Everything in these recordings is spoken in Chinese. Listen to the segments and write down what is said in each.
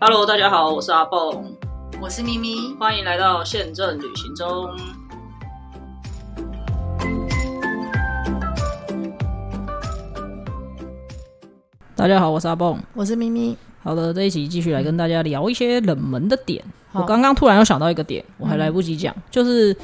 Hello，大家好，我是阿蹦，我是咪咪，欢迎来到宪政旅行中。大家好，我是阿蹦。我是咪咪。好的，这一期继续来跟大家聊一些冷门的点。好我刚刚突然又想到一个点，我还来不及讲，就是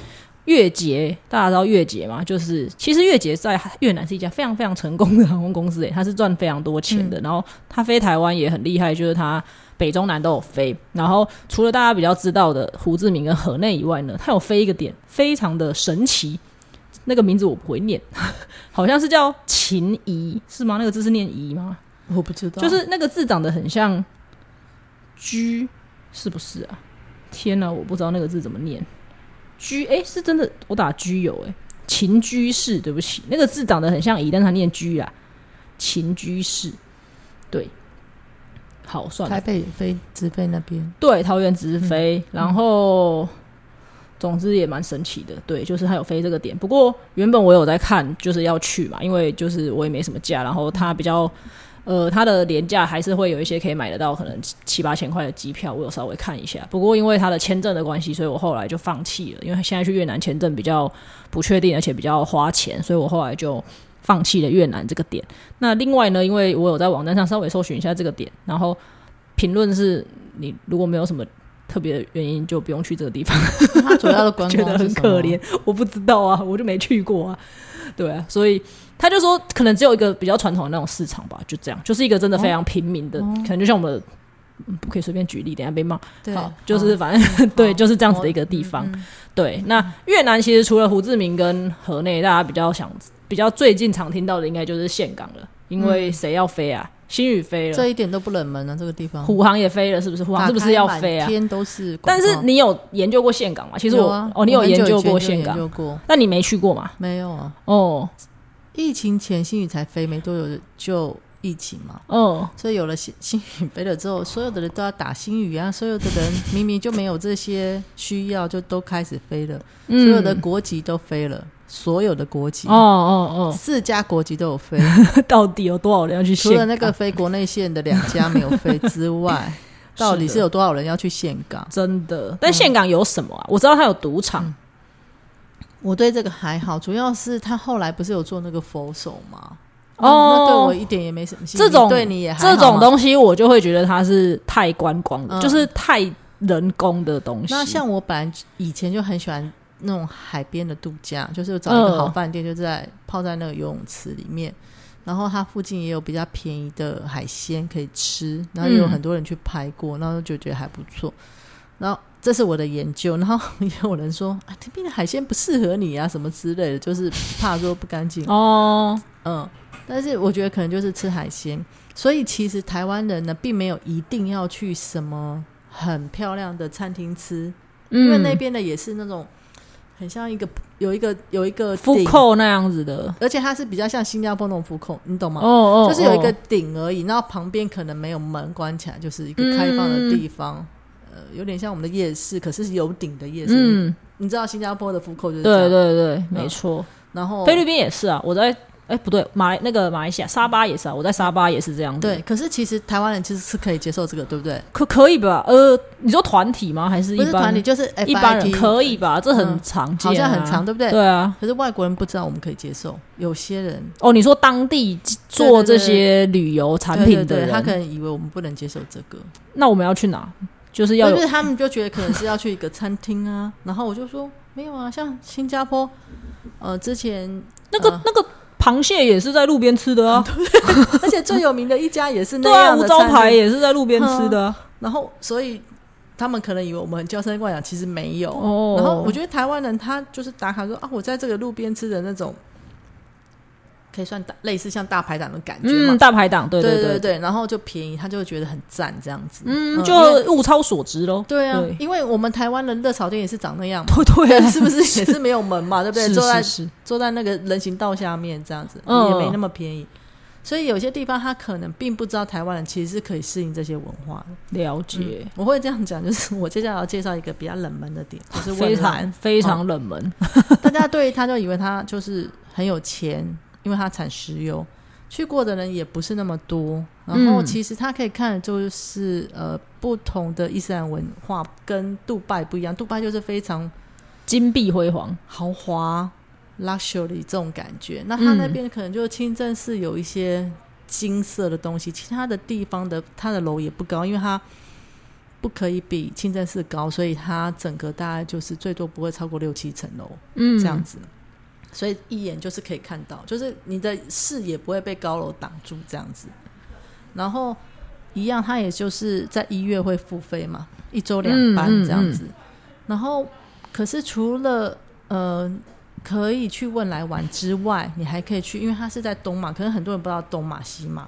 月捷。大家知道月捷吗？就是其实月捷在越南是一家非常非常成功的航空公司，欸诶，它是赚非常多钱的。然后它飞台湾也很厉害，就是它北中南都有飞。然后除了大家比较知道的胡志明跟河内以外呢，它有飞一个点，非常的神奇。那个名字我不会念， 好像是叫秦怡是吗？那个字是念怡吗？我不知道就是那个字长得很像居，是不是啊？天哪、我不知道那个字怎么念。居，哎、是真的，我打居友、诶哎，秦居士，对不起，那个字长得很像乙，但它念居啊，秦居士，对，好，算了台，北飞直飞那边，对，桃园直飞，然后、总之也蛮神奇的，对，就是它有飞这个点。不过原本我有在看，就是要去嘛，因为就是我也没什么假，然后它比较。呃，它的廉价还是会有一些可以买得到，可能七八千块的机票，我有稍微看一下。不过因为它的签证的关系，所以我后来就放弃了，因为现在去越南签证比较不确定，而且比较花钱，所以我后来就放弃了越南这个点。那另外呢，因为我有在网站上稍微搜寻一下这个点，然后评论是你如果没有什么特别的原因，就不用去这个地 方，它主要的观 觉得光是很什么可怜。。我不知道啊，我就没去过啊，对啊，所以他就说，可能只有一个比较传统的那种市场吧，就这样，就是一个真的非常平民哦的，可能就像我们的。嗯不可以随便举例，等一下被骂。对哦好，就是反正对，就是这样子的一个地嗯方。对，那越南其实除了胡志明跟河内，大家比较想、比较最近常听到的，应该就是岘港了，因嗯为谁要飞啊？新宇飞了，这一点都不冷门啊，这个地方。虎航也飞了，是不是？虎航是不是要飞打开满啊？天都是广但告。是你有研究过岘港吗？其实我、有啊哦，你我有很研久究以前过就岘研港，究过？那你没去过吗？没有啊，哦，疫情前新宇才飞没多久就疫情嘛，哦，所以有了新新宇飞了之后，所有的人都要打新宇啊，所 有的人明明就没有这些需要，就都开始飞了，嗯所有的国籍都飞了，所有的国籍哦，哦四家国籍都有 飞，哦， 到底有多少人要去岘除港？了那个飞国内线的两家没有飞之 外，是的到底是有多少人要去岘港？真嗯的，但岘港有什么啊？我知道它有赌场，我对这个还好，主要是他后来不是有做那个佛手吗？哦那对我一点也没什么兴趣。这种对你也还好这吗种。东西我就会觉得它是太观光的，嗯就是太人工的东西。那像我本来以前就很喜欢那种海边的度假，就是找一个嗯好饭店，就在泡在那个游泳池里面，然后它附近也有比较便宜的海鲜可以吃，然后也有嗯很多人去拍过，然后就觉得还不错。然后这是我的研究，然后 也有人说啊，这边的海鲜不适合你啊，什么之类的，就是怕说不干净。哦，嗯，但是我觉得可能就是吃海鲜，所以其实台湾人呢，并没有一定要去什么很漂亮的餐厅吃，因嗯为那边的也是那种很像一个有一个有一个复顶，扣那样子的，而且它是比较像新加坡那种复扣，你懂吗？哦哦，就是有一个哦顶而已，然后旁边可能没有门关起来，就是一个开放嗯的地方。呃，有点像我们的夜市，可是是有顶的夜市。你嗯，你知道新加坡的复扣就是对这对样，对，没错。然后菲律宾也是啊，我在哎不对，马来那个马来西亚沙巴也是啊，我在沙巴也是这样子。对，可是其实台湾人其实是可以接受这个，对不对？可可以吧？呃，你说团体吗？还是一不是般团体，就是一般人 FIT 可以吧？这很嗯常见、啊好像很长，对不对？对啊。可是外国人不知道我们可以接受，有些人哦，你说当地做对对这些旅游产品的对对人，对他可能以为我们不能接受这个，那我们要去哪？就是要就有是他们就觉得可能是要去一个餐 厅啊。然后我就说没有啊，像新加坡，呃，之前那个、呃那个螃蟹也是在路边吃 的啊，而且最有名的一家也是对那啊，样无的招餐牌厅，也是在路边吃的、啊。然后所以他们可能以为我们很娇生惯养，其实没有。哦，然后我觉得台湾人他就是打卡说啊，我在这个路边吃的那种，可以算大类似像大排档的感觉嘛嗯，。大排档，对对对对，然后就便宜，他就会觉得很赞这样子。嗯，因为就物超所值 喽。对啊对，因为我们台湾的热炒店也是长那样嘛，对 对啊， 是不是也是没有门嘛，对不对？是坐在是是，坐在那个人行道下面这样子，嗯也没那么便宜。所以有些地方他可能并不知道台湾人其实是可以适应这些文化的。了解，我会这样讲，就是我接下来要介绍一个比较冷门 的点，就是非汶常 兰。非常冷嗯门。大家对他就以为他就是很有钱，因为他产石油。去过的人也不是那么多。然后嗯其实他可以看的就是呃不同的伊斯兰文化跟杜拜不一样，杜拜就是非常金碧辉煌，豪华 luxury 这种感觉。那他那边可能就清真寺有一些金色的东西，其他的地方的它的楼也不高，因为它不可以比清真寺高，所以它整个大概就是最多不会超过六七层楼。嗯这样子，所以一眼就是可以看到，就是你的视野不会被高楼挡住这样子。然后一样，它也就是在一月会付费嘛，一周两班嗯嗯这样子。然后，可是除了呃可以去汶莱玩之外，你还可以去，因为它是在东马，可能很多人不知道东马西马。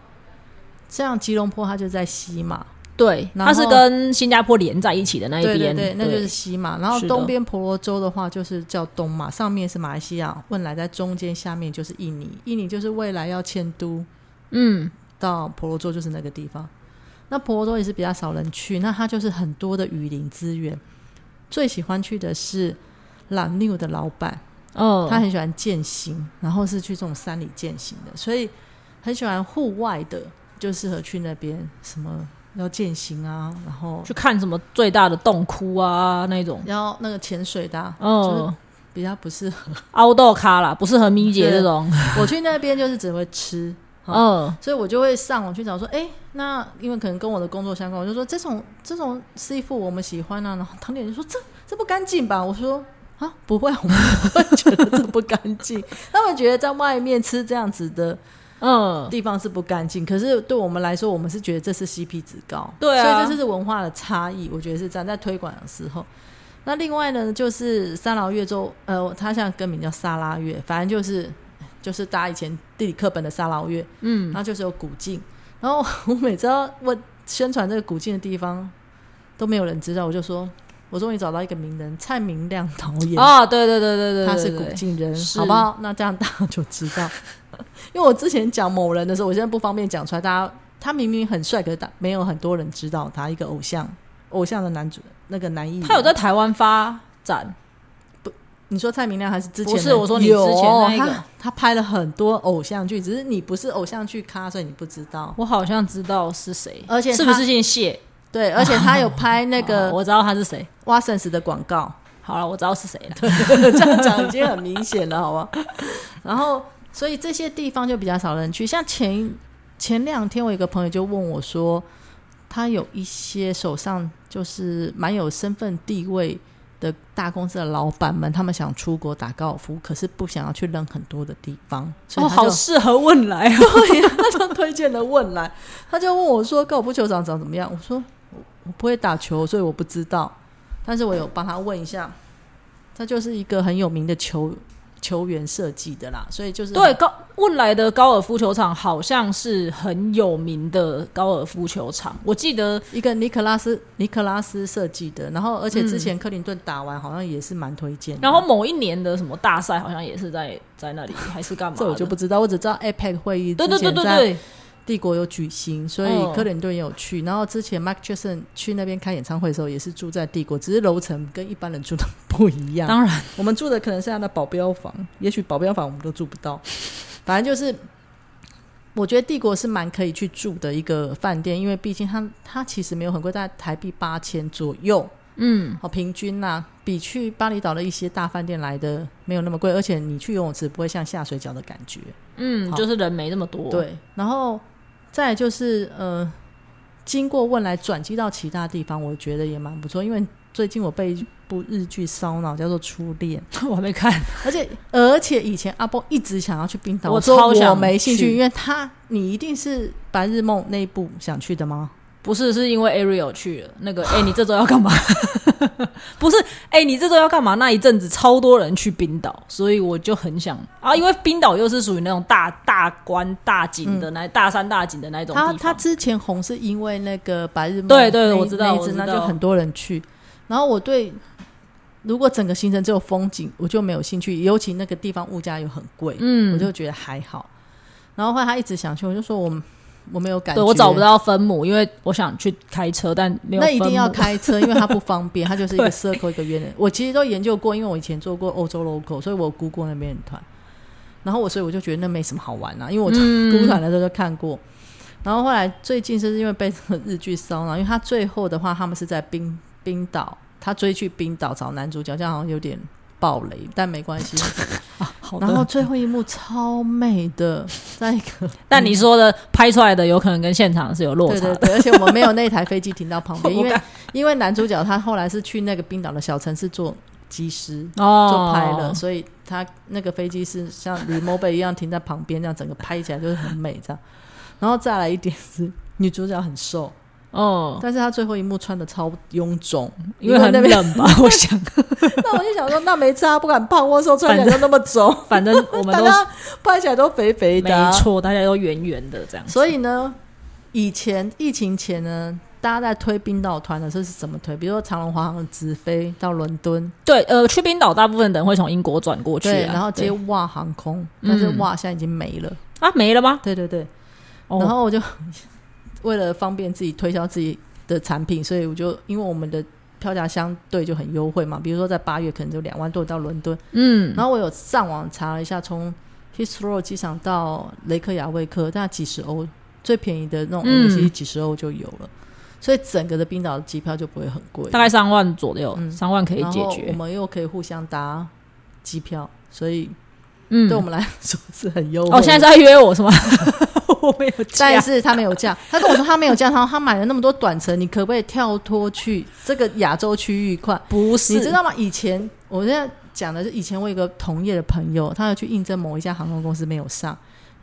像吉隆坡，它就在西马，对，然它是后跟新加坡连在一起的那一对对边，对，那就是西马。然后是的东边婆罗洲的话，就是叫东马，上面是马来西亚，汶莱在中间，下面就是印尼。印尼就是未来要迁都嗯到婆罗洲，就是那个地方。那婆罗洲也是比较少人去，那它就是很多的雨林资源。最喜欢去的是朗纽的老板，哦，他很喜欢践行，然后是去这种山里践行的，所以很喜欢户外的，就适合去那边什么要践行啊，然后去看什么最大的洞窟啊那种，然后那个潜水的、啊，哦，比较不适合。 凹豆咖啦，不适合咪姐这种，我去那边就是只会吃，嗯所以我就会上网去找说，哎、那因为可能跟我的工作相关，我就说这种这种师傅我们喜欢啊。然后堂姐就说这这不干净吧？我说啊不会，我们不会觉得这不干净，他们觉得在外面吃这样子的嗯，地方是不干净，可是对我们来说，我们是觉得这是 CP 值高，对啊所以这就是文化的差异，我觉得是这样，在推广的时候。那另外呢，就是三劳越州，呃，它现在更名叫沙拉越，反正就是就是大家以前地理课本的沙劳越，嗯，然后就是有古晋，然后我每次要我宣传这个古晋的地方都没有人知道，我就说，我终于找到一个名人，蔡明亮导演哦，对对对对对，他对是对古晋人，是好不好？那这样大家就知道， 因为我之前讲某人的时候，我现在不方便讲出来，大家他明明很帅，可是大没有很多人知道他一个偶像，偶像的男主那个男艺人，他有在台湾发展，你说蔡明亮还是之前的？不是我说你之前那一个有他他拍了很多偶像剧，只是你不是偶像剧咖，所以你不知道。我好像知道是谁，而且他是不是姓谢？对，而且他有拍那哦个我知道他是谁， Watsons 的广告，好了，我知道是谁了， 这样讲已经很明显了，好吧？ 然后，所以这些地方就比较少人去。像前前两天，我有一个朋友就问我说，他有一些手上就是蛮有身份地位的大公司的老板们，他们想出国打高尔夫，可是不想要去扔很多的地方，所以哦，他就、好适合汶莱哦，对呀， 他就推荐了汶莱，他就问我说高尔夫球场长怎么样？我说我我不会打球，所以我不知道，但是我有帮他问一下，他就是一个很有名的球球员设计的啦，所以就 是对，高汶莱的高尔夫球场好像是很有名的高尔夫球场，我记得一个尼克拉斯尼克拉斯设计的，然后而且之前克林顿打完好像也是蛮推荐的，嗯然后某一年的什么大赛，好像也是在在那里，还是干嘛的？这我就不知道，我只知道 APEC 会议之对对对前对在对，帝国有举行，所哦以克林顿也有去，然后之前 Mike Jackson 去那边开演唱会的时候也是住在帝国，只是楼层跟一般人住的不一样，当然我们住的可能是他的保镖房，也许保镖房我们都住不到。反正就是，我觉得帝国是蛮可以去住的一个饭店，因为毕竟它它其实没有很贵，大概台币八千左右，嗯，好平均呐、比去巴厘岛的一些大饭店来的没有那么贵，而且你去游泳池不会像下水饺的感觉。嗯，好就是人没那么多，，对， 然后再来就是呃，经过汶莱转机到其他地方，我觉得也蛮不错，因为最近我被一部日剧骚扰，叫做《初恋》。我还没看，而且而且以前阿波一直想要去冰岛，我说超想我没兴去趣，因为他你一定是白日梦那一部想去的吗？不是是因为 Ariel 去了那个，哎、你这周要干嘛？ 不是，哎、你这周要干嘛？那一阵子超多人去冰岛，所以我就很想啊，因为冰岛又是属于那种大大关大景的那、大山大景的那种地他方，嗯他之前红是因为那个白日梦那对一，对我知道那一支我知道那就很多人去。然后我对如果整个行程只有风景，我就没有兴趣，尤其那个地方物价又很贵，嗯我就觉得还好。然后后来他一直想去，我就说我我没有感觉，对我找不。到分母，因为我想去开车，但没有那一定要分母开车，因为它不方便，它就是一个 circle 一个圆的。我其实都研究过，因为我以前做过欧洲 local，所以我有估过那边的团。然后我所以我就觉得那没什么好玩啊，因为我嗯 读团的时候就看过。然后后来最近是因为被这 个日剧骚扰，因为他最后的话他们是在冰冰岛，他追去冰岛找男主角，这样好像有点暴雷，但没关系。啊， 好的。然后最后一幕超美的，在一个嗯但你说的拍出来的有可能跟现场是有落对差对的，对，而且我没有那台飞机停到 旁边，因我为感因为男主角他后来是去那个冰岛的小城市做技师，哦就拍了，所以他那个飞机是像 remote 一样停在旁边，这样整个拍起来就是很美这样。然后再来一点是女主角很瘦，哦，但是她最后一幕穿的超臃肿，因为很那边。冷 吧？我想，那我就想说，那没差，不敢胖，我说穿起来就那么肿，反正 我们大都家拍起来都肥肥的啊、没错，大家都圆圆的这样子。所以呢，以前疫情前呢，大家在推冰岛团的时候是怎么推？比如说长龙、华航直飞到伦敦，对，呃，去冰岛大部分人会从英国转过去啊、对，然后接对哇航空，但是嗯哇现在已经没了。啊没了吗？对对对，哦然后我就 为了方便自己推销自己的产品，所以我就因为我们的票价相对就很优惠嘛，比如说在八月可能就两万多到伦敦，嗯，然后我有上网查了一下，从 Heathrow 机场到雷克雅未克，大概几十欧，最便宜的那种嗯 A C 几十欧就有了，所以整个的冰岛的机票就不会很贵，大概三万左右，嗯三、万可以解然后我决。们又可以互相搭机票，所以嗯对我们来说是很优惠的。哦，现在是在约我 是吗？我没 有加但是他没有啊价，他跟我说他没有价，他说他买了那么多短程，你可不可以跳脱去这个亚洲区域快？不是，你知道吗？以前我现在讲的是以前我有一个同业的朋友，他要去应征某一家航空公司没有上，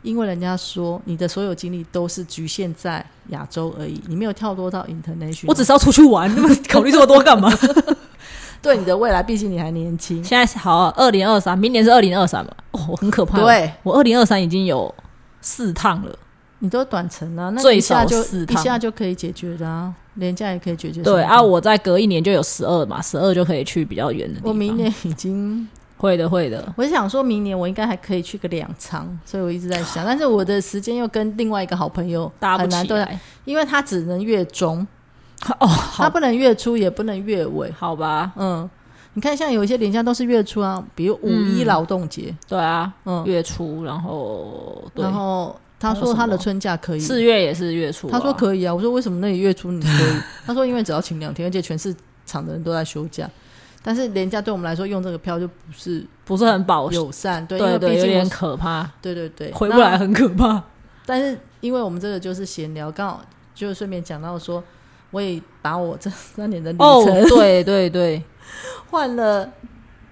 因为人家说你的所有经历都是局限在亚洲而已，你没有跳多到 international。我只是要出去玩，那么考虑这么多干嘛？ 对你的未来，毕竟你还年轻。现在是好二零二三，明年是二零二三嘛？哦，我很可怕。，对我二零二三已经有四趟了。你都短程啊，那最一下少就四一趟下就可以解决的啊，廉价也可以解决。对啊，，我再隔一年就有十二嘛，十二就可以去比较远的地方。我明年已经会的，会的。我是想说明年我应该还可以去个两场，所以我一直在想，但是我的时间又跟另外一个好朋友搭不很起难对，啊来因为他只能月中， 哦，他好不能月初，也不能月尾。好吧，嗯，你看，像有一些连假都是月初啊，比如五嗯一劳动节，对啊，嗯，月初，然后对然，后他还有说什么他的春假可以，四月也是月初啊、他说可以啊，我说为什么那里月初你 可以？他说因为只要请两天，而且全市场的人都在休假。但是廉价对我们来说用这个票就不是不是很保，友善，对，因哦对为对，毕有竟我点可怕，对对对，回那不来很可怕。但是因为我们这个就是闲聊，刚好就顺便讲到说，我也把我这三年的旅哦，程对对对，换了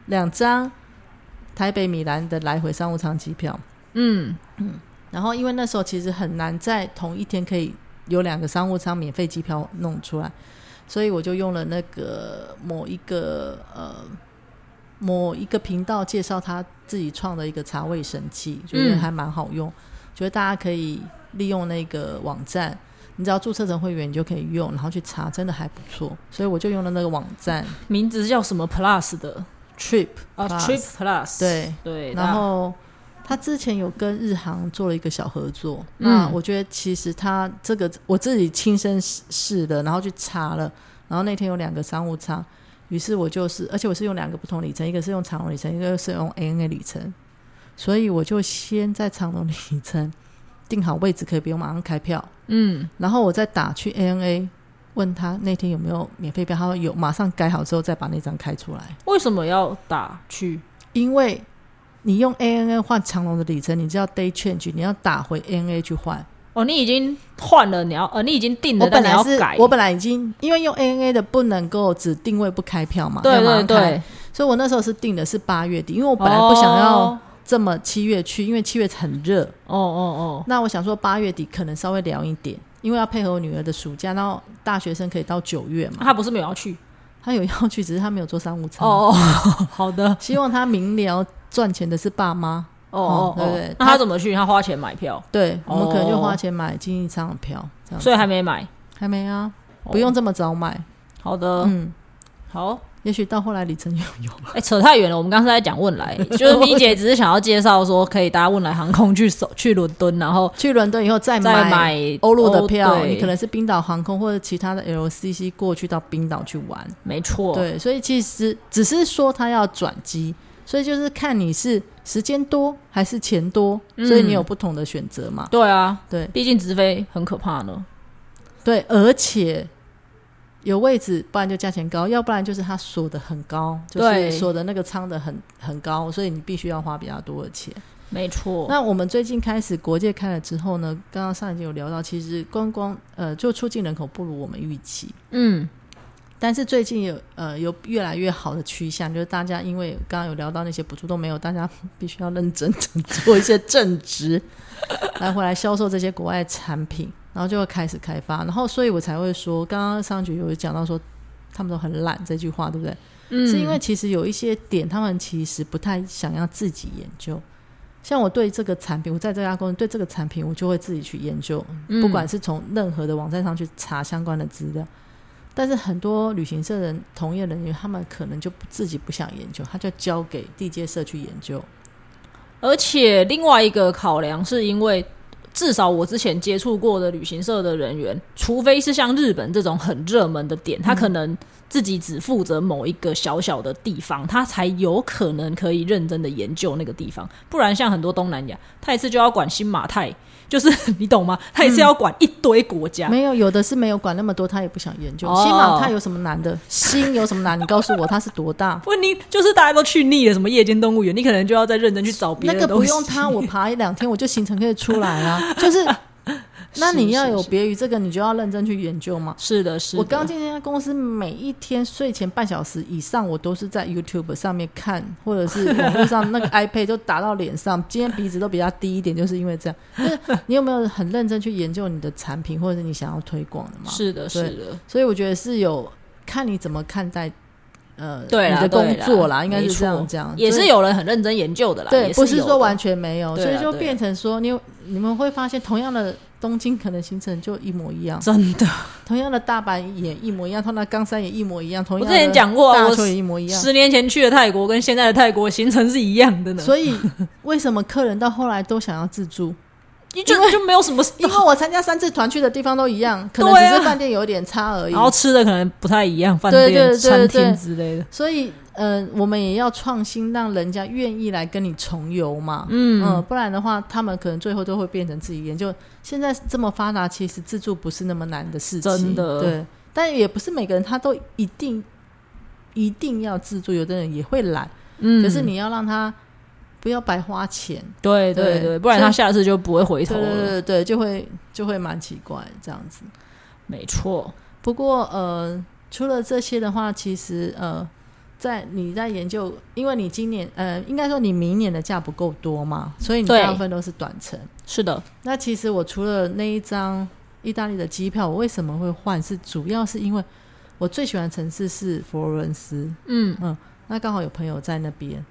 两张台北米兰的来回商务舱机票。嗯，然后因为那时候其实很难在同一天可以有两个商务舱免费机票弄出来，所以我就用了那个某一个呃某一个频道介绍他自己创的一个茶味神器，觉得还蛮好用，觉得大家可以利用那个网站。你只要注册成会员，你就可以用，然后去查，真的还不错。所以我就用了那个网站名字叫什么 Plus 的 Trip，啊 Plus ，Trip Plus，对，对，然那后他之前有跟日航做了一个小合作，嗯那我觉得其实他这个我自己亲身试试的，然后去查了，然后那天有两个商务舱，于是我就是，而且我是用两个不同里程，一个是用长龙里程，一个是用 ANA 里程，所以我就先在长龙里程定好位置，可以不用马上开票，嗯，然后我再打去 ANA 问他那天有没有免费票，他说有，马上改好之后再把那张开出来。为什么要打去？因为你用 ANA 换长龙的里程，你就要 day change，你要打回 ANA 去换。哦，你已经换了，你要呃，你已经定了，我本但你来要是改，我本来已经因为用 ANA 的不能够只定位不开票嘛，对要马对上开，对，所以我那时候是定的是八月底，因为我本来不想要哦这么七月去，因为七月很热。哦哦那我想说八月底可能稍微凉一点，因为要配合我女儿的暑假，然后大学生可以到九月哦，嘛。他不是没有要去她有要去，只是她没有做商务舱。哦哦， 好的，希望她明了赚钱的是爸妈，哦哦，嗯对不对哦那他怎么去？他花钱买票，对我们可能就哦花钱买经济舱的票，这样子所以还没买。还没啊，哦嗯不用这么早买。好的，嗯，好，也许到后来里程又有 了。哎，扯太远了。我们刚才在讲汶 莱，就是米姐只是想要介绍说，可以搭汶莱航空去首去伦敦，然后去伦敦以后再再买买哦欧陆的票，对你可能是冰岛航空或者其他的 LCC 过去到冰岛去玩。没错，对，所以其实只是说它要转机，所以就是看你是时间多还是钱多，嗯所以你有不同的选择嘛。对啊，对毕竟直飞很可怕呢。对，而且有位置，不然就价钱高，要不然就是它锁的很高，就对是锁的那个仓的很很高，所以你必须要花比较多的钱。没错，那我们最近开始国界开了之后呢，刚刚上一集有聊到，其实观光呃就出境人口不如我们预期，嗯，但是最近有呃有越来越好的趋向，就是大家因为刚刚有聊到那些补助都没有，大家必须要认真的做一些正职， 来回来销售这些国外产品，然后就会开始开发，然后所以我才会说，刚刚上局有讲到说他们都很懒这句话，对不对？嗯是因为其实有一些点，他们其实不太想要自己研究。像我对这个产品，我在这家公司对这个产品，我就会自己去研究，嗯不管是从任何的网站上去查相关的资料。但是很多旅行社人从业人员，他们可能就不自己不想研究，他就交给地接社去研究。而且另外一个考量是因为，至少我之前接触过的旅行社的人员，除非是像日本这种很热门的点，他可能自己只负责某一个小小的地方，他才有可能可以认真的研究那个地方。不然像很多东南亚，他一次就要管新马泰，就是你懂吗？他一次要管一堆国家。没有，有的是没有管那么多，他也不想研究。哦新马泰有什么难的？心有什么难？你告诉我，它是多大？问题就是大家都去腻了，什么夜间动物园，你可能就要再认真去找别的那个东不西。用它，我爬一两天我就行程可以出来 啊。就是，那你要有别于这个，你就要认真去研究嘛。是的，是的。我刚进这家公司，每一天睡前半小时以上，我都是在 YouTube 上面看，或者是网络上那个 iPad 就打到脸上。今天鼻子都比较低一点，就是因为这样。就是你有没有很认真去研究你的产品，或者是你想要推广的嘛？是的，是对的。所以我觉得是有看你怎么看待呃对你啦的对工作啦啦，应该没是这样错讲，也所以是有人很认真研究的啦，啊对，也不是是有说的完全没有，对所以啊就对啊变成说你有你们会发现，同样的东京可能行程就一模一样，真的。同样的大阪也一模一样，同样的冈山也一模一样，同我样之的前讲过啊，大我邱也一模一样。十年前去的泰国跟现在的泰国行程是一样的呢，所以为什么客人到后来都想要自助？以就就没有什么，因为我参加三次团去的地方都一样，可能对啊只是饭店有点差而已然。后吃的可能不太一样，饭对店、对对餐对厅之类的。所以，呃，我们也要创新，让人家愿意来跟你重游嘛。嗯不然的话，他们可能最后都会变成自己研究。现在这么发达，其实自助不是那么难的事情，真的对。但也不是每个人他都一定一定要自助，有的人也会懒。嗯，可是你要让他不要白花钱，对对对对，不然所他以下次就不会回头对对了。对对，就会就会蛮奇怪这样子。没错，不过呃，除了这些的话，其实呃，在你在研究，因为你今年呃，应该说你明年的假不够多嘛，所以你对大部分都是短程。是的，那其实我除了那一张意大利的机票，我为什么会换？是主要是因为我最喜欢的城市是佛罗伦斯，嗯那刚好有朋友在那边。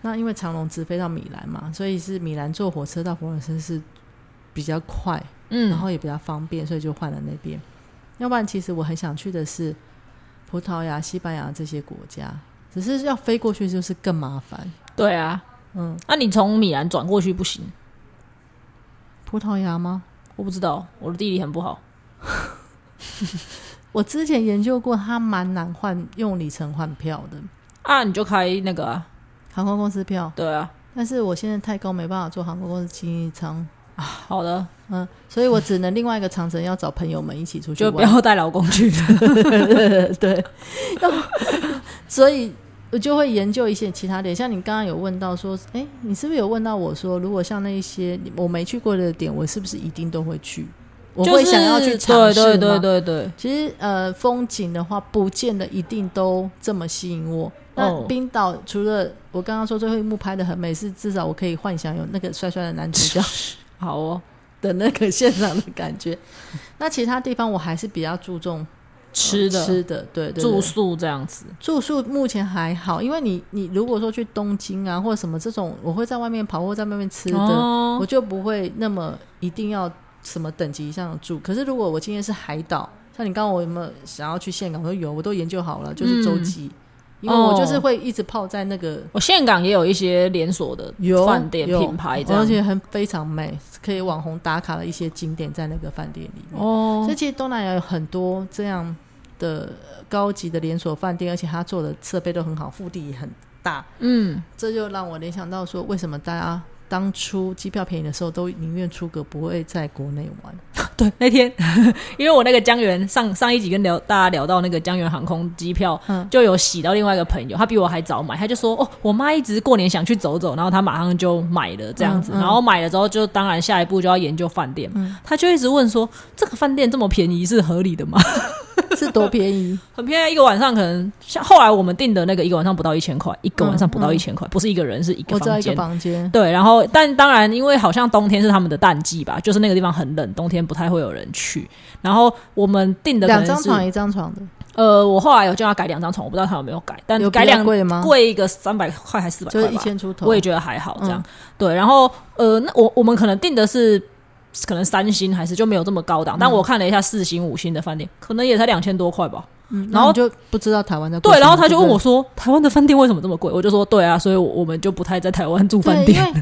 那因为长龙直飞到米兰嘛，所以是米兰坐火车到佛罗伦斯是比较快，嗯，然后也比较方便，所以就换了那边。要不然，其实我很想去的是葡萄牙、西班牙这些国家，只是要飞过去就是更麻烦。对啊，嗯，那你从米兰转过去不行，葡萄牙吗？我不知道，我的地理很不好。我之前研究过，它蛮难换用里程换票的，啊，你就开那个啊，航空公司票。对啊，但是我现在太高，没办法坐航空公司经济舱，好的，嗯，所以我只能另外一个长城要找朋友们一起出去就玩。不要带老公去了。对， 所以我就会研究一些其他点，像你刚刚有问到说，哎，你是不是有问到我说，如果像那一些我没去过的点，我是不是一定都会去？ 我就会是想要去尝试对对对吗对对，其实呃，风景的话，不见得一定都这么吸引我。那哦冰岛除了我刚刚说最后一幕拍的很美，是至少我可以幻想有那个帅帅的男主角好哦， 的那个现场的感觉。那其他地方我还是比较注重呃吃的、哦吃的，对对对住宿这样子。住宿目前还好，因为你你如果说去东京啊或者什么这种，我会在外面跑或在外面吃的，哦我就不会那么一定要什么等级以上的住。可是如果我今天是海岛，像你刚刚我有没有想要去岘港？我说有，我都研究好了，就是洲际，嗯因为我就是会一直泡在那个我岘港也有一些连锁的有饭店有品牌这而样。且很非常美，可以网红打卡的一些景点在那个饭店里面。哦所以，其实东南亚有很多这样的呃高级的连锁饭店，而且它做的设备都很好，腹地也很大，嗯，这就让我联想到说，为什么大家当初机票便宜的时候都宁愿出国，不会在国内 玩？对，那天因为我那个江源上上一集跟聊大家聊到那个江源航空机票，嗯就有洗到另外一个朋友，他比我还早买，他就说哦，我妈一直过年想去走走，然后他马上就买了这样子，嗯嗯嗯然后买了之后就当然下一步就要研究饭店嘛，他就一直问说这个饭店这么便宜是合理的吗？是多便宜？很便宜，一个晚上可能像后来我们订的那个一个晚上不到一千块，一个晚上不到一千块，不是一个人是一个嗯我知道房一个间。房间，对，然后但当然，因为好像冬天是他们的淡季吧，就是那个地方很冷，冬天不太会有人去。然后我们订的可两能张是床一张床的，呃，我后来有叫他改两张床，我不知道他有没有改，但有比改较两贵吗？贵一个三百块还是四百就块是一吧，千出头。我也觉得还好这样。嗯对，然后呃，那我我们可能订的是。可能三星还是就没有这么高档，嗯但我看了一下四星、五星的饭店，可能也才两千多块吧。嗯，然然后后就不知道台湾的对，然后他就问我说：“台湾的饭店为什么这么贵？”我就说：“对啊，所以我我们就不太在台湾住饭对，因店。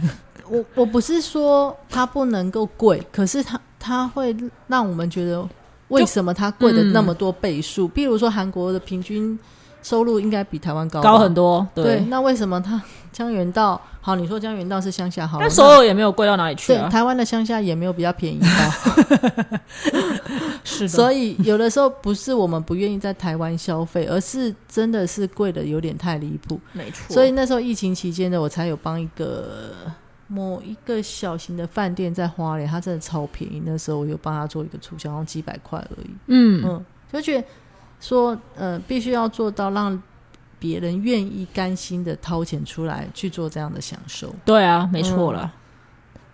为我我不是说它不能够贵，可是它它会让我们觉得为什么它贵的那么多倍数？比如说韩国的平均收入应该比台湾高吧高很多。对，对，那为什么它江原道好？你说江原道是乡下好了，但所有也没有贵到哪里去对啊。台湾的乡下也没有比较便宜吧？ 是的，所以有的时候不是我们不愿意在台湾消费，而是真的是贵的有点太离谱。没错所以那时候疫情期间的，我才有帮一个某一个小型的饭店在花莲，它真的超便宜。那时候我有帮他做一个促销，好像几百块而已。嗯，嗯，就觉得说，呃，必须要做到让别人愿意甘心的掏钱出来去做这样的享受。对啊，没嗯错啦。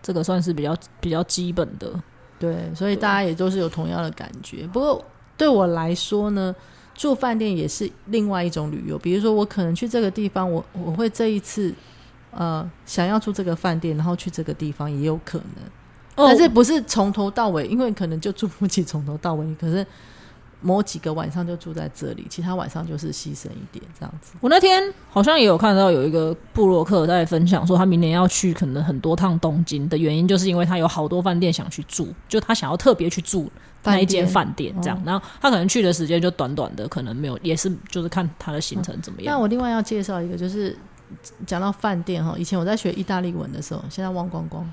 这个算是比较比较基本的。对，所以大家也都是有同样的感觉。不过对我来说呢，住饭店也是另外一种旅游。比如说，我可能去这个地方，我我会这一次呃想要住这个饭店，然后去这个地方也有可能，哦但是不是从头到尾，因为可能就住不起从头到尾。可是某几个晚上就住在这里，其他晚上就是牺牲一点这样子。我那天好像也有看到有一个布洛克在分享说，他明年要去可能很多趟东京的原因，就是因为他有好多饭店想去住，就他想要特别去住那一间饭店这样。哦然后他可能去的时间就短短的，可能没有，也是就是看他的行程怎么那样。我另外要介绍一个，就是讲到饭店哈，以前我在学意大利文的时候，现在忘光光。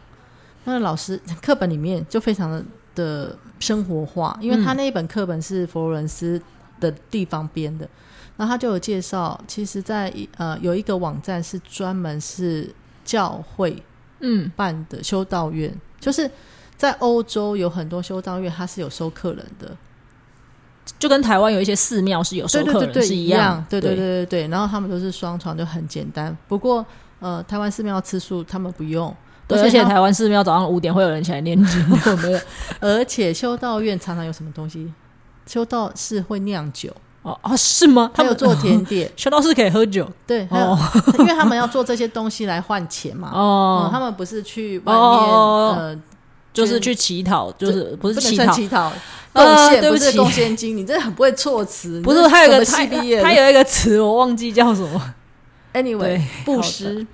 那个老师课本里面就非常的的生活化，因为他那一本课本是佛罗伦斯的地方编的，然后他就有介绍，其实在，呃有一个网站是专门是教会嗯办的修道院，就是在欧洲有很多修道院，它是有收客人的，就跟台湾有一些寺庙是有收对对客对人对，是一样，对对对对对对。然后他们都是双床，就很简单。不过呃，台湾寺庙吃素，他们不用。对，而且他台湾寺庙早上五点会有人起来念经， 没有而且修道院常常有什么东西？修道士会酿酒，哦啊是吗？他 还有们，做甜点哦 修道士可以喝 酒对，还有哦因为他们要做这些东西来换钱嘛。嗯哦，他们不是去外面哦呃，就是去乞讨，就是不不是乞能算讨，乞讨，呃贡献对不不是起贡献金，你真的很不会措辞。不你是这他有一个什他么系毕业的他有一个词我忘记叫什么， anyway 对布好施，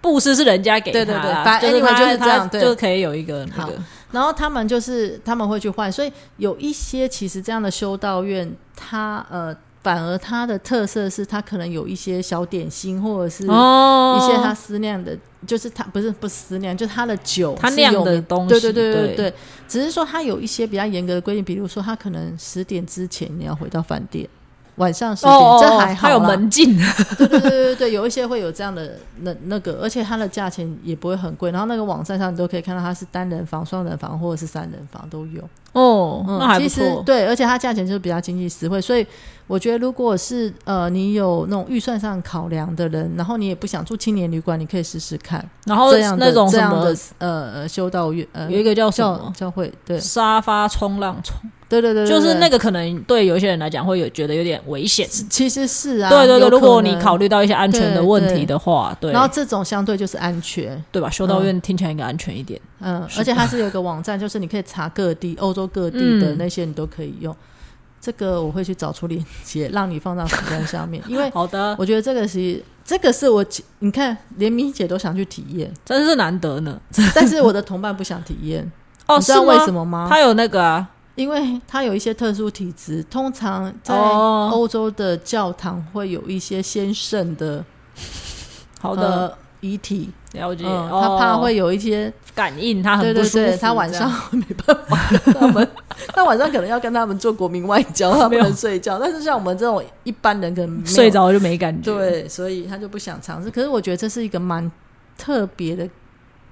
布施是人家给对他对对啦反正就是 anyway 就他是这样他对就可以有一个那好个然后他们就是他们会去换，所以有一些其实这样的修道院，它呃反而它的特色是它可能有一些小点心或者是嗯一哦些它私酿的，就是它不是不是私酿，就是它的酒他是酿有的名东西，对对对对对对，对只是说它有一些比较严格的规定，比如说它可能十点之前你要回到饭店，晚上十哦点、哦，这还好他有啦门禁，对对对对对，有一些会有这样的那那个，而且它的价钱也不会很贵。然后那个网站上你都可以看到，它是单人房、双人房或者是三人房都有。哦，嗯，那还不其实错，对，而且它价钱就是比较经济实惠。所以我觉得，如果是呃你有那种预算上考量的人，然后你也不想住青年旅馆，你可以试试看然后这样哦的那种这什样么的呃呃修道院呃有一个叫什教么教会，对沙发冲浪冲。对对对，对就是那对个可能对有些人来讲会有觉得有点危险。其实是啊，对对对，有如果可你能考虑到一些安全的问题的话，对，然后这种相对就是安全，对吧？修道院听起来应该安全一点。嗯，是而且它是有一个网站，就是你可以查各地欧洲各地的那些，你都可以用。这个我会去找出链 接，让你放到网站上面， 因为啊好的，我觉得这个是这个是我你看，连米姐都想去体 验，真是难得呢。但是我的同伴不想体验，哦，你知是道吗为什？么吗？他有那个啊，因为他有一些特殊体质，通常在哦欧洲的教堂会有一些先圣的好的，呃遗体，了解。嗯，哦他怕会有一些，感应，他很对啊不对舒服这对，样。他晚上没办法跟他们， 他晚上可能要跟他们做国民外交，他不没有能睡觉。但是像我们这种一般人，可能没有睡着就没感觉。，对，所以他就不想尝试。可是我觉得这是一个蛮特别的，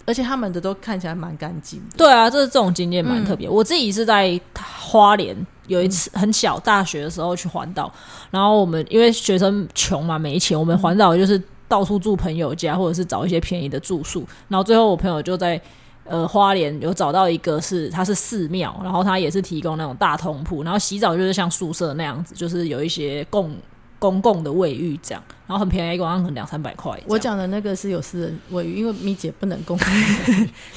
而且他们的都看起来蛮干净的。对啊，这这种经验嗯蛮特别。我自己是在花莲有一次很小，大学的时候去环岛，然后我们因为学生穷嘛，没钱，我们环岛就是到处住朋友家，或者是找一些便宜的住宿。然后最后我朋友就在呃花莲有找到一个是它是寺庙，然后它也是提供那种大通铺，然后洗澡就是像宿舍那样子，就是有一些共。公共的卫浴这样，然后很便宜，一个晚上可能两三百块这样。我讲的那个是有私人卫浴，因为咪姐不能公开，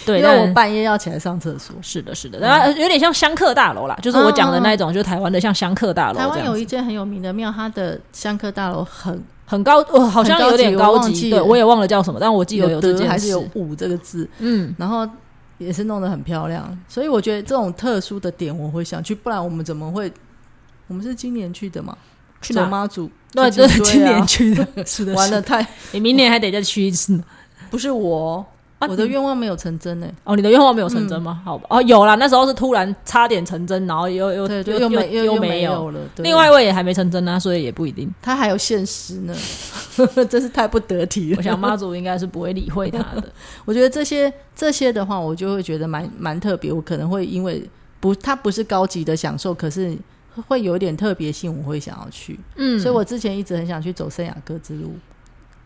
对，因但为我半夜要起来上厕所。是的，是的，然嗯后有点像香客大楼啦，就是我讲的那种，就是台湾的像香客大楼台这湾样有子，一间很有名的庙，它的香客大楼很很高，哦，好像有点很高级高我忘级，记对了我也忘了叫什么，但我记得有这德还件是有事，武这个字，嗯，然后也是弄得很漂亮。所以我觉得这种特殊的点我会想去，不然我们怎么会？我们是今年去的嘛？去走哪？妈祖？对，去就脊是椎今啊年去 的，是的，完是了的，太你明年还得再去一次呢。不是我哦，啊我的你愿嗯望没有成真呢、哦，你的愿望没有成真吗？好吧，哦，有啦，那时候是突然差点成真，然后又又对对，啊又又没又又没有。有了。对另外一位也还没成真啊，所以也不一 定。他还有现实呢， 真是太不得体了。我想妈祖应该是不会理会他的。我觉得这些这些的话，我就会觉得蛮蛮特别。我可能会因为不，它不是高级的享受，可是会有一点特别性，我会想要去。嗯，所以我之前一直很想去走圣雅各之路，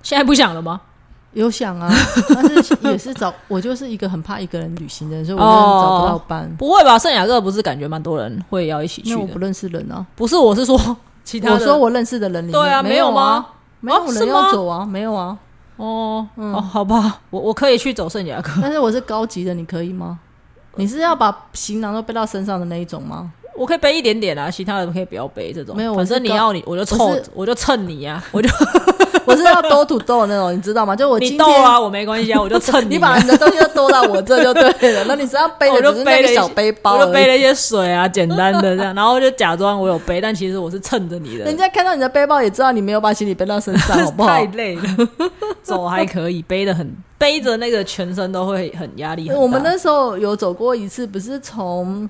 现在不想了吗？有 想啊，但是也是找我就是一个很怕一个人旅行的人，所以我真的找不到班。不会吧？圣雅各不是感觉蛮多人会要一起去因为我的不？认识人啊，不是，我是说 其他的。我说我认识的人里面，对啊，没有啊？吗？哦没有是人吗要走啊，没有啊。哦，哦，好吧，我我可以去走圣雅各，但是我是高级的，你可以吗？你是要把行囊都背到身上的那一种 吗？我可以背一点点啊，其他的可以不要背这种。没有反我是正你高要你，我就凑我是，我就蹭你啊，我就我是要兜土豆的那种，你知道吗？就我今你天逗啊，我没关 系啊，我就蹭你啊哦把你的东西都兜到我这就对 了。那你身上背我的就只是背了那一个小些背包我就而背已。了一些水 啊，简单的这样，然后就假装我有背，但其实我是蹭着你的人。家看到你的背包也知道你没有把行李背到 身上，好不好太？累了，走还可以，背的很，背着那个全身都会很压力很大。我们那时候有走过一次，不是从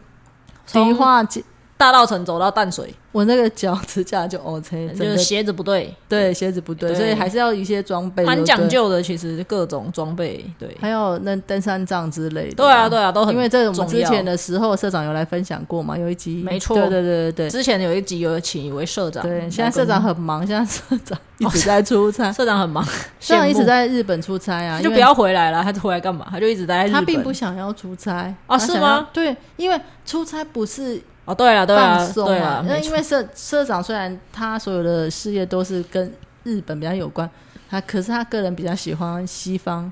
从迪化街，大稻城走到淡水，我那个脚指甲就哦 OK，就真是的鞋子不对，对鞋子不对，对所以还是要一些装备，蛮对讲，究的。其实各种装备，对，还有那登山杖之类的。对啊，对啊，都很因为这我们重之要前的时候，社长有来分享过嘛，有一集，没错嗯对对对对对之前有一集有请一位社长来跟，对。现在社长很忙，现在社长一直在 出差，社长很忙， 社长一直羡慕，在日本出差啊，他就因不为要回来了，他回来干嘛？他就一直待在日本。他并不想要出差啊他想是吗要对，因为出差不是哦，对了，对放了，松对啊了，那没因错为社社长虽然他所有的事业都是跟日本比较有关，他可是他个人比较喜欢西方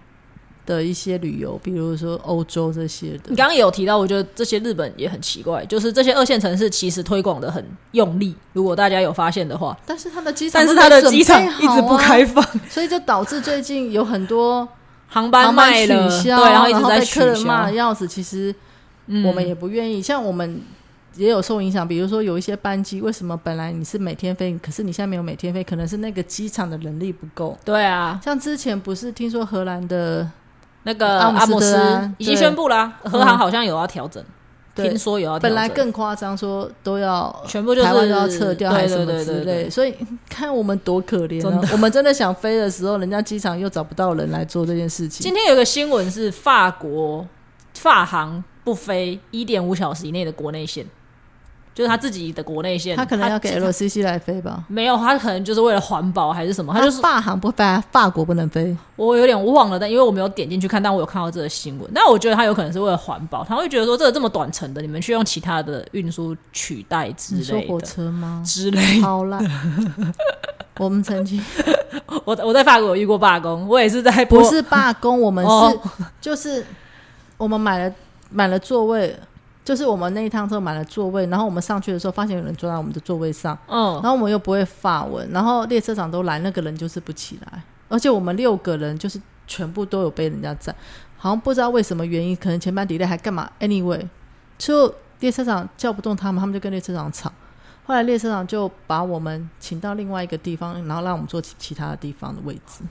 的一些旅游，比如说欧洲这些的你。刚刚也有提到，我觉得这些日本也很奇怪，就是这些二线城市其实推广的很用力，如果大家有发现的话，但是他的机场但都是没他准备好的啊，机场一直不开放，所以就导致最近有很多航班航班卖了，对，取消，然后一直在被取客人骂消的。要死。其实嗯我们也不愿意，像我们也有受影响。比如说有一些班机，为什么本来你是每天飞，可是你现在没有每天飞，可能是那个机场的人力不够。对啊，像之前不是听说荷兰的，那个阿姆阿斯姆特丹斯已经宣布啦，对和航好像有要调整，对听说有要调整，本来更夸张，说都要全部就是台湾都要撤掉对还是对什么对之对对类，所以看我们多可怜真啊！我们真的想飞的时候，人家机场又找不到人来做这件事情今。天有个新闻是法国法航不飞一点五小时以内的国内线，就是他自己的国内线，他可能要给他 LCC 来飞吧？没有，他可能就是为了环保还是什么，哦他就是法航不飞，法国不能飞。我有点忘了，但因为我没有点进去看，但我有看到这个新闻。那我觉得他有可能是为了环保，他会觉得说这个这么短程的，你们去用其他的运输取代之你说类火的车哦吗？之类的。好 啦，我们曾经我我在法国有遇过罢工，我也是在不是罢工，我们是、哦 就是我们买了买了座位，就是我们那一趟车买了座位，然后我们上去的时候发现有人坐在我们的座位上，嗯然后我们又不会法文，然后列车长都来，那个人就是不起来，而且我们六个人就是全部都有被人家占，好像不知道为什么原因，可能前班底类还干嘛？Anyway，就列车长叫不动他们，他们就跟列车长吵。后来列车长就把我们请到另外一个地方，然后让我们坐其其他的地方的位置。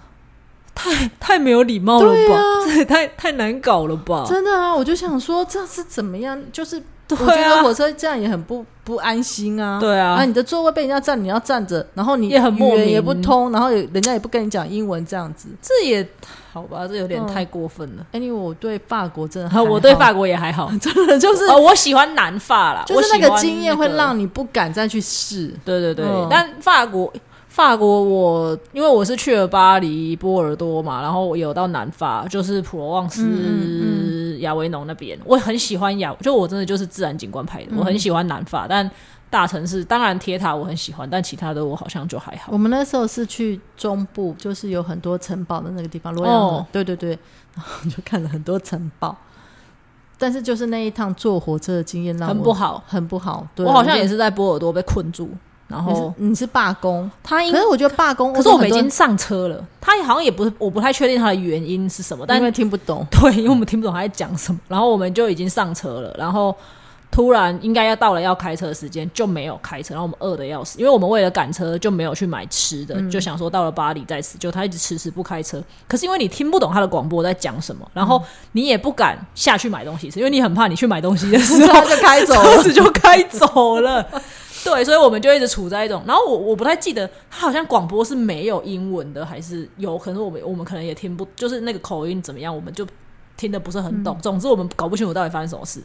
太太没有礼貌了对吧？啊这也 太太难搞了吧？真的啊，我就想说这是怎么样？就是嗯对啊我觉得火车这样也很不不安心啊。对啊啊，你的座位被人家占，你要站着，然后你也很莫语言也名不通，然后也人家也不跟你讲英文这样子。这也好吧，这有点嗯太过分了。 anyway，我对法国真的还啊 好，我对法国也还好，真的嗯就是、哦，我喜欢南法啦，我就是那喜欢那个经验会个让你不敢再去试。对对对，嗯但法国法国我因为我是去了巴黎、波尔多嘛，然后我有到南法，就是普罗旺嗯斯、亚维农那边，我很喜欢亚，就我真的就是自然景观派的，我很喜欢南法，但大城市当然铁塔我很喜欢，但其他的我好像就还好我。们那时候是去中部，就是有很多城堡的那个地方，洛阳河、哦对对 对，然后就看了很多城堡。但是就是那一趟坐火车的经验让我很不好，很不好。对我好像就也是在波尔多被困住，然你后是你是罢工，他因可是我觉得罢工，哦可是我们已很多经上车了，他好像也不是，我不太确定他的原因是什么，但因为听不懂， 对，因为我们听不懂他在讲什么，然后我们就已经上车了，然后突然应该要到了要开车的时间就没有开车，然后我们饿的要死，因为我们为了赶车就没有去买吃的，嗯就想说到了巴黎再吃，就他一直迟迟不开车，可是因为你听不懂他的广播在讲什么，然嗯后你也不敢下去买东西吃，因为你很怕你去买东西的时 候他就开走车 了。子就开走了。 对，所以我们就一直处在一种，然后我我不太记得，他好像广播是没有英文的，还是有可能我们我们可能也听不，就是那个口音怎么样，我们就听得不是很嗯懂。总之我们搞不清楚到底发生什么事。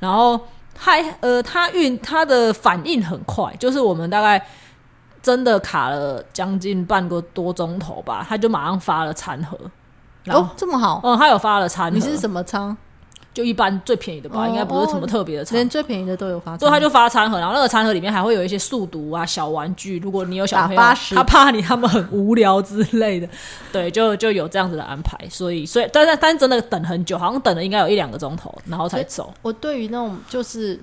然后还呃，他运他的反应很快，就是我们大概真的卡了将近半个多钟头吧，他就马上发了餐盒。然后哦，这么好，哦，他有发了餐盒，你是什么仓？就一般最便宜的吧，哦应该不是什么特别的餐盒连最便宜的都有发所以生，啊他就发餐盒，然后那个餐盒里面还会有一些速读啊、小玩具。如果你有小朋友打发时，他怕你他们很无聊之类的，对，就就有这样子的安排。所以，所以，但是但是真的等很久，好像等了应该有一两个钟头，然后才走。我对于那种就是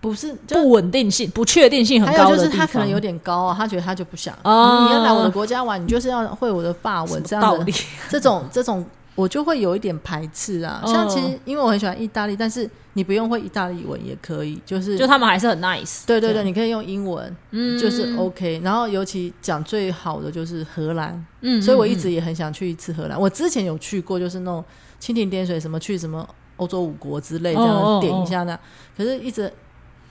不是就不稳定性、不确定性很还高有的就是地他方，可能有点高啊，他觉得他就不想。啊你要来我的国家玩，你就是要会我的法文这道样理的。这种这种我就会有一点排斥啊。嗯像其实因为我很喜欢意大利，但是你不用会意大利文也可以，就是就他们还是很 nice。对对这对，样，你可以用英文，嗯就是哦 OK。然后尤其讲最好的就是荷兰，嗯所以我一直也很想去一次荷兰。我之前有去过，就是那种蜻蜓点水什么去什么欧洲五国之类这哦哦哦样点一下那，可是一直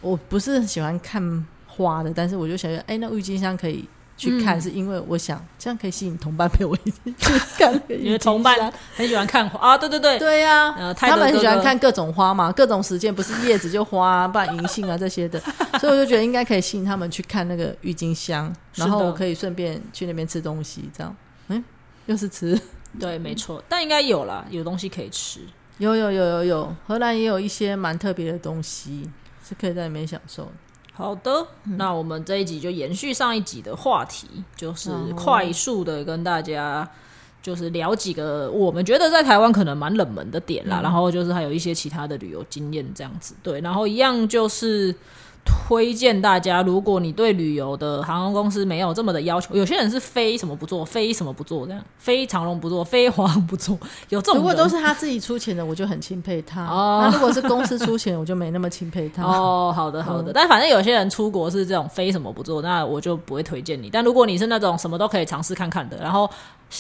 我不是很喜欢看花的，但是我就想着，哎，那郁金香可以。去嗯看是因为我想这样可以吸引同伴陪我一起去看那个郁金香，嗯因为同伴很喜欢看花啊，对对对，对呀、 呃泰他德们很喜哥欢哥看各种花嘛，各种时间不是叶子就花、啊，不然银杏啊这些的， 所以我就觉得应该可以吸引他们去看那个郁金香，是的然后我可以顺便去那边吃东西，这样，嗯，又是吃， 对，没错。但应该有啦，有东西可以吃。有有有有有，荷兰也有一些蛮特别的东西是可以在里面享受的。好的，那我们这一集就延续上一集的话题，就是快速的跟大家就是聊几个我们觉得在台湾可能蛮冷门的点啦，然后就是还有一些其他的旅游经验这样子。对，然后一样就是。推荐大家，如果你对旅游的航空公司没有这么的要求，有些人是非什么不做，非什么不做这样，非长龙不做， 非华航不做，有这种如果都人是他自己出钱的，我就很钦佩他；哦那如果是公司出钱，我就没那么钦佩他。哦，好的好的，但反正有些人出国是这种非什么不做，那我就不会推荐你。但如果你是那种什么都可以尝试看看的，然后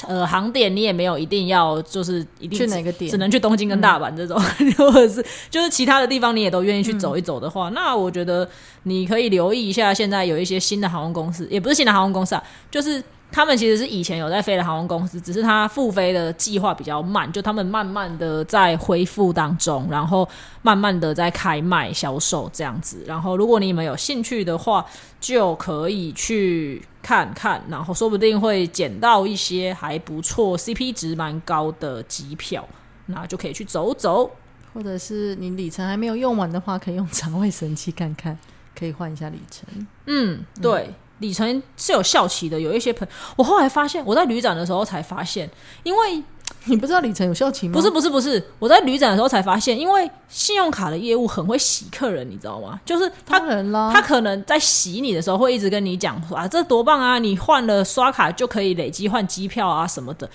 呃航点你也没有一定要就是一定只去哪个点嗯只能去东京跟大阪这种， 或者是就是其他的地方你也都愿意去嗯走一走的话，那我觉得你可以留意一下，现在有一些新的航空公司，也不是新的航空公司啊，就是。他们其实是以前有在飞的航空公司，只是它复飞的计划比较慢，就他们慢慢的在恢复当中，然后慢慢的在开卖销售这样子。然后，如果你们有兴趣的话，就可以去看看，然后说不定会捡到一些还不错、CP 值蛮高的机票，那就可以去走走。或者是你里程还没有用完的话，可以用肠胃神器看看，可以换一下里程。嗯，对，里程是有效期的。有一些朋我后来发现，我在旅展的时候才发现，因为你不知道里程有效期吗？不是不是不是，我在旅展的时候才发现，因为信用卡的业务很会洗客人，你知道吗？就是他当然啦，他可能在洗你的时候，会一直跟你讲说啊，这多棒啊，你换了刷卡就可以累积换机票啊什么的。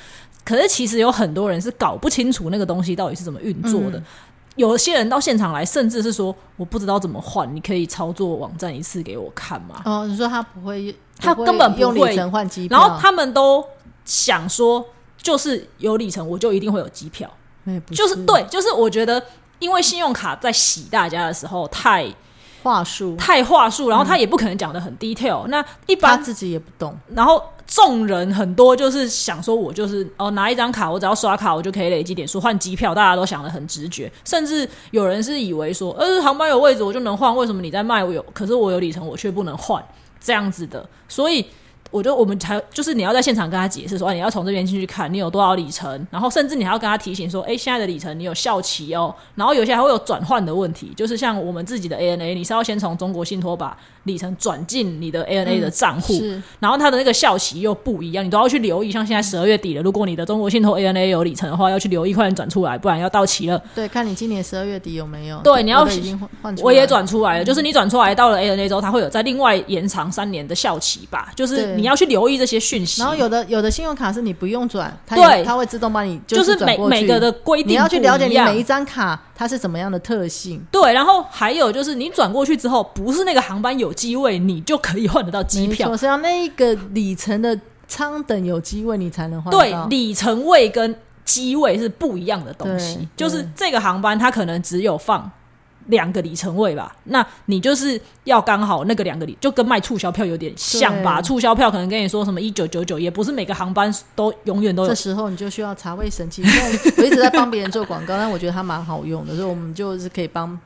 可是其实有很多人是搞不清楚那个东西到底是怎么运作的。嗯有些人到现场来，甚至是说我不知道怎么换，你可以操作网站一次给我看吗？哦，你说他不会，他不会根本不用会里程换机票，然后他们都想说，就是有里程，我就一定会有机票。那也不就是是对，就是我觉得，因为信用卡在洗大家的时候太话术，太话术，然后他也不可能讲的很 detail、那一嗯他般，自己也不懂，然后众人很多就是想说，我就是哦拿一张卡，我只要刷卡，我就可以累积点数换机票，大家都想的很直觉，甚至有人是以为说，呃，航班有位置我就能换，为什么你在卖我有，可是我有里程我却不能换这样子的，所以。我觉得我们才就是你要在现场跟他解释说，啊你要从这边进去看你有多少里程，然后甚至你还要跟他提醒说，哎，现在的里程你有效期哦，然后有些还会有转换的问题，就是像我们自己的 ANA，你是要先从中国信托把里程转进你的 ANA 的账户，是然后它的那个效期又不一样，你都要去留意。像现在十二月底了，如果你的中国信托 ANA 有里程的话，要去留意，快点转出来，不然要到期了。对，看你今年十二月底有没有？对你要我都已经换换出来嗯我也转出来了，就是你转出来到了 ANA 之后，它会有再另外延长三年的效期吧，就是对你要去留意这些讯息。然后有的有的信用卡是你不用转，它对也它会自动帮你就是是转每过去每个的规定你要去了解不一你样每一张卡它是怎么样的特性。对，然后还有就是你转过去之后，不是那个航班有机位，你就可以换得到机票我。是要那一个里程的舱等有机会你才能换对到，里程位跟机位是不一样的东西就对，是对这个航班它可能只有放两个里程位吧，那你就是要刚好那个两个里，就跟卖促销票有点像吧。对促销票可能跟你说什么一九九九，也不是每个航班都永远都有这。时候你就需要查卫生巾。因为我我一直在帮别人做广告， 但我觉得它蛮好用的，所以我们就是可以帮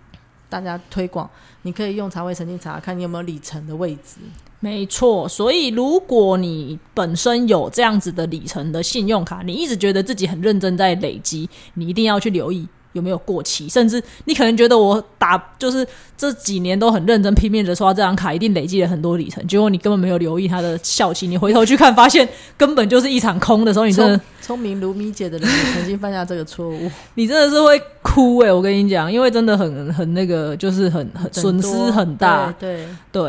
大家推广。你可以用查卫生巾查看你有没有里程的位置。没错，所以如果你本身有这样子的里程的信用卡，你一直觉得自己很认真在累积，你一定要去留意有没有过期，甚至你可能觉得我打就是这几年都很认真拼命的刷这张卡，一定累积了很多里程，结果你根本没有留意它的效期，你回头去看发现根本就是一场空的时候，你真的聪聪明如米姐的人也曾经犯下这个错误，你真的是会哭诶、我跟你讲，因为真的很很那个，就是很很损很失多很大，对。对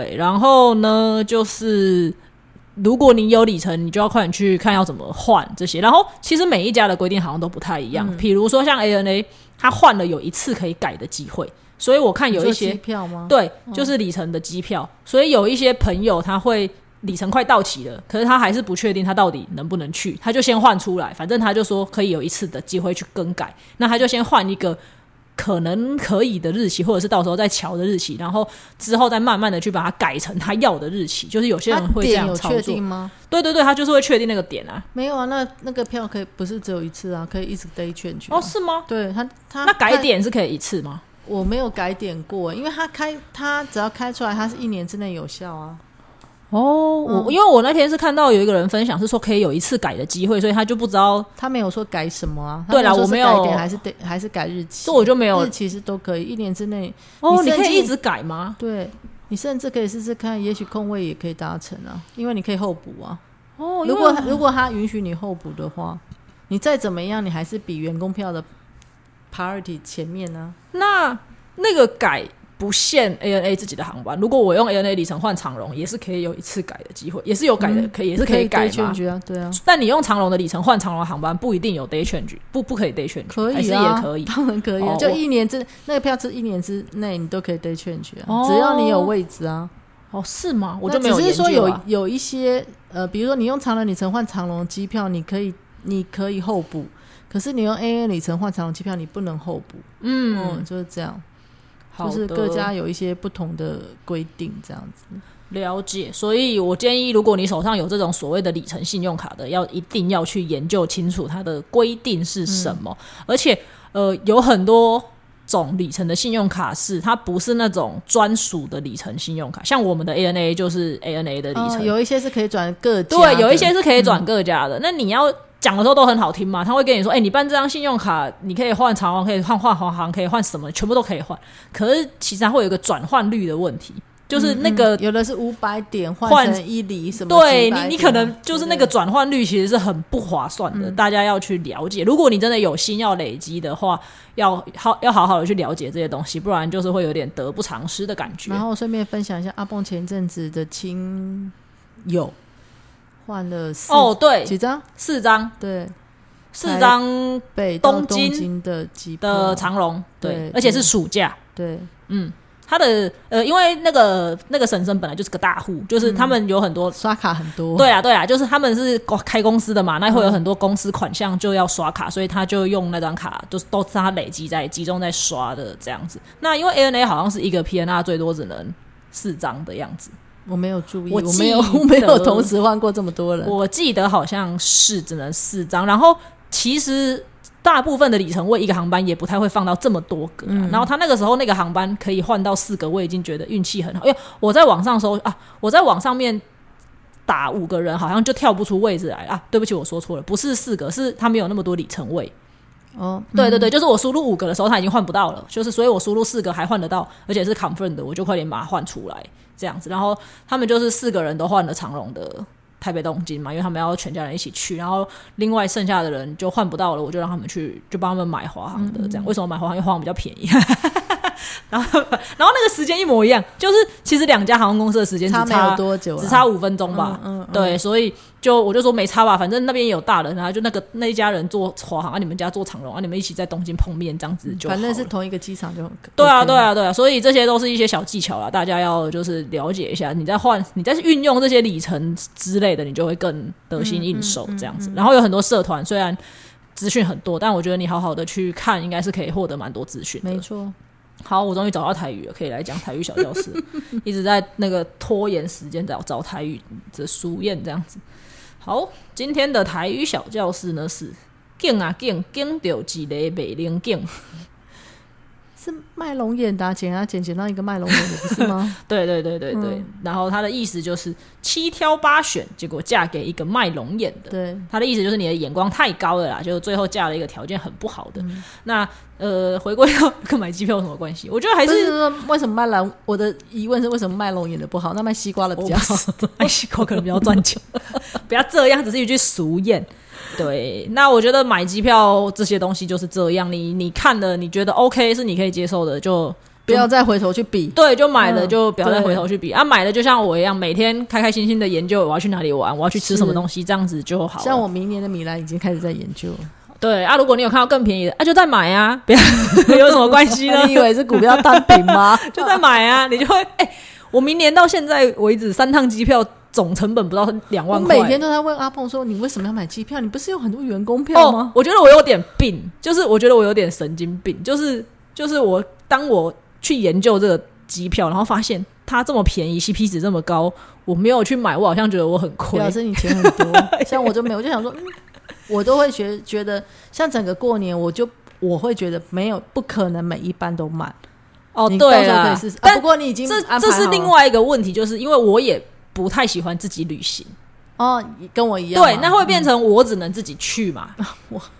对，然后呢，就是如果你有里程，你就要快点去看要怎么换这些。然后其实每一家的规定好像都不太一样，比如说像 ANA，它换了有一次可以改的机会，所以我看有一你说些机票吗？对，就是里程的机票，所以有一些朋友他会。里程快到期了，可是他还是不确定他到底能不能去，他就先换出来，反正他就说可以有一次的机会去更改，那他就先换一个可能可以的日期，或者是到时候再瞧的日期，然后之后再慢慢的去把它改成他要的日期，就是有些人它会这点样有操确作定。吗？对对对，他就是会确定那个点啊。没有啊，那那个票可以不是只有一次啊，可以一直 day 券去啊、哦，是吗？对他他那改他点是可以一次吗？我没有改点过，因为他开他只要开出来，他是一年之内有效啊。哦，我、因为我那天是看到有一个人分享是说可以有一次改的机会，所以他就不知道他没有说改什么啊，对啦他我没没有有说是改点还是得还是改日期，这我就没有日期是都可以，一年之内哦，你你甚可以至一直改吗？对你甚至可以试试看，也许空位也可以达成啊，因为你可以候补啊。哦，如果如果他允许你候补的话，你再怎么样，你还是比员工票的 priority 前面啊呢、那那个改不限 ANA 自己的航班，如果我用 ANA 里程换长荣，也是可以有一次改的机会，也是有改嗯的，可以也是可以改对嘛劝。局啊，对啊，但你用长荣的里程换长荣航班，不一定有 day change，不不可以 day change，可还以是啊，也可以。 当然可以啊，哦就我一年之那个票是一年之内你都可以 day change 啊，哦只要你有位置啊。哦，是吗？我那就没有只研是究、说啊、有有一些呃，比如说你用长龙里程换长龙机票，你可以你可以候补，可是你用 AA 里程换长龙机票，你不能候补。嗯嗯，就是这样，好的就是各家有一些不同的规定，这样子。了解，所以我建议，如果你手上有这种所谓的里程信用卡的，要一定要去研究清楚它的规定是什么。嗯而且，呃，有很多种里程的信用卡是它不是那种专属的里程信用卡，像我们的 ANA 就是 ANA 的里哦，程，有一些是可以转各家的，嗯对，有一些是可以转各家的。那你要讲的时候都很好听嘛，他会跟你说：“哎、你办这张信用卡，你可以换长航，可以换换华航，可以换什么，全部都可以换。”可是其实它会有一个转换率的问题，就是那个有的是五百点换换成一里什么几百对点，啊你，你可能就是那个转换率其实是很不划算嗯的，大家要去了解。如果你真的有心要累积的话，要好要好好的去了解这些东西，不然就是会有点得不偿失的感觉然。后顺便分享一下，阿蹦前阵子的亲友换了四哦，对，几张，四张，对，四张北到东东京京的机票的长龙，对，对而且是暑假，对，嗯，他的呃，因为那个那个婶婶本来就是个大户，嗯就是他们有很多。刷卡很多，对啊，对啊，就是他们是公开公司的嘛，那会有很多公司款项就要刷卡，所以他就用那张卡，就是都是他累积在集中在刷的这样子。那因为 ANA 好像是一个 PNR 最多只能四张的样子，我没有注意，我我记没有 得我没有同时换过这么多人，我记得好像是只能四张，然后其实。大部分的里程位一个航班也不太会放到这么多个、啊，然后他那个时候那个航班可以换到四个，我已经觉得运气很好。因为我在网上搜啊，我在网上面打五个人，好像就跳不出位置来啊。对不起，我说错了，不是四个，是他没有那么多里程位。哦，对对对，就是我输入五个的时候，他已经换不到了，就是所以我输入四个还换得到，而且是 confirm 的，我就快点把它换出来这样子。然后他们就是四个人都换了长隆的台北东京嘛，因为他们要全家人一起去，然后另外剩下的人就换不到了，我就让他们去，就帮他们买华航嗯的这样。为什么买华航？因为华航比较便宜。 然后，然后那个时间一模一样，就是其实两家航空公司的时间只嗯差没有多久啊，只差五分钟吧。嗯嗯嗯对，所以就我就说没差吧，反正那边也有大人啊，就那个那一家人做华航啊，你们家做长荣啊，你们一起在东京碰面这样子就好反正了是同一个机场就很对啊， OK 对啊，对啊，所以这些都是一些小技巧啦，大家要就是了解一下。你在换，你在运用这些里程之类的，你就会更得心应手这样子。然后有很多社团，虽然资讯很多，但我觉得你好好的去看，应该是可以获得蛮多资讯的没。错，好，我终于找到台语了，可以来讲台语小教室了，一直在那个拖延时间找找台语的书验这样子。好，今天的台语小教室呢是敬啊敬敬到一个袂灵敬，是卖龙眼的啊、捡啊捡，捡到一个卖龙眼的，不是 吗？对对对对对。然后他的意思就是七挑八选，结果嫁给一个卖龙眼的。对，他的意思就是你的眼光太高了啦，就最后嫁了一个条件很不好的。那呃，回归到 跟买机票有什么关系？我觉得还不是是说为什么卖龙？我的疑问是为什么卖龙眼的不好？那卖西 瓜的比较好。爱惜口可能比较赚 钱，不要这样，只是一句俗谚。对，那我觉得买机票这些东西就是这样，你你看了你觉得 OK 是你可以接受的，就不要再回头去比。对，就买了，嗯就不要再对回头去比啊。买了就像我一样，每天开开心心的研究我要去哪里玩，我要去吃什么是东西，这样子就好了。啊像我明年的米兰已经开始在研 究了，对啊，如果你有看到更便宜的，啊就再买 啊，不要有什么关系呢 那？你以为是股票单品吗？就再买啊，你就会哎、我明年到现在为止三趟机票总成本不到两我万块，每天都在问阿碰说：“你为什么要买机票？你不是有很多员工票哦吗，我觉得我有点病，就是我觉得我有点神经病，就是就是我当我去研究这个机票，然后发现它这么便宜，CP 值这么高，我没有去买，我好像觉得我很？”亏。表示你钱很 多，像我就没有，我就想说，嗯，我都会觉觉得，像整个过年，我就我会觉得没有不可能每一班都满。哦，你对到时候可啦以试试，啊但不过你已经这安排这是好另了外一个问题，就是因为我也不太喜欢自己旅行，哦，跟我一样嘛，对，那会变成我只能自己去嘛，嗯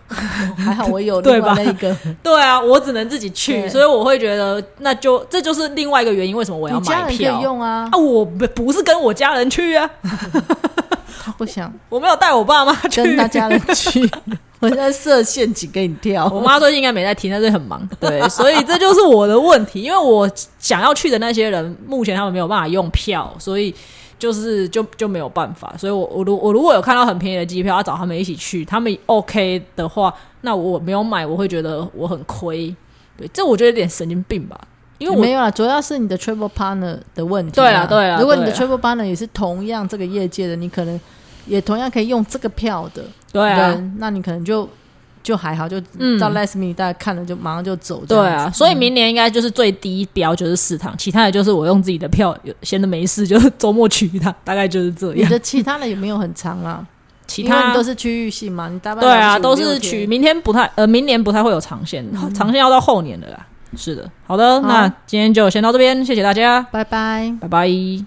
还好我 有对另外吧那一个。 对啊，我只能自己去，对所以我会觉得那就这就是另外一个原因，为什么我要你家买人可以票用啊啊？，我不不是跟我家人去啊，他哦不想我没有带我爸妈去，跟 他家人去， 我在设陷阱给你跳。我妈最近应该没在听，但是很忙， 对，所以这就是我的问题，因为我想要去的那些人，目前他们没有办法用票，所以就是就就没有办法，所以我我如我如果有看到很便宜的机票，要找他们一起去，他们 OK 的话，那我没有买，我会觉得我很亏，对，这我觉得有点神经病吧，因为我没有啦，主要是你的 travel partner 的问题。对啦对啦如果你的对 travel partner 也是同样这个业界的，你可能也同样可以用这个票的对人，啊，那你可能就就还好，就嗯到 last minute 大家看了就马上就走。对啊，，所以明年应该就是最低标就是四趟，其他的就是我用自己的票，有闲的没事就是周末去一趟，大概啊就是这你样。的其他的也没有很长啦， 其因为他你都是区域性嘛，你大概对啊，了解都五是六天取明天不太呃，明年不太会有长线，长线要到后年的啦。是的，好的，好那今天就先到这边，谢谢大家，拜拜。拜拜。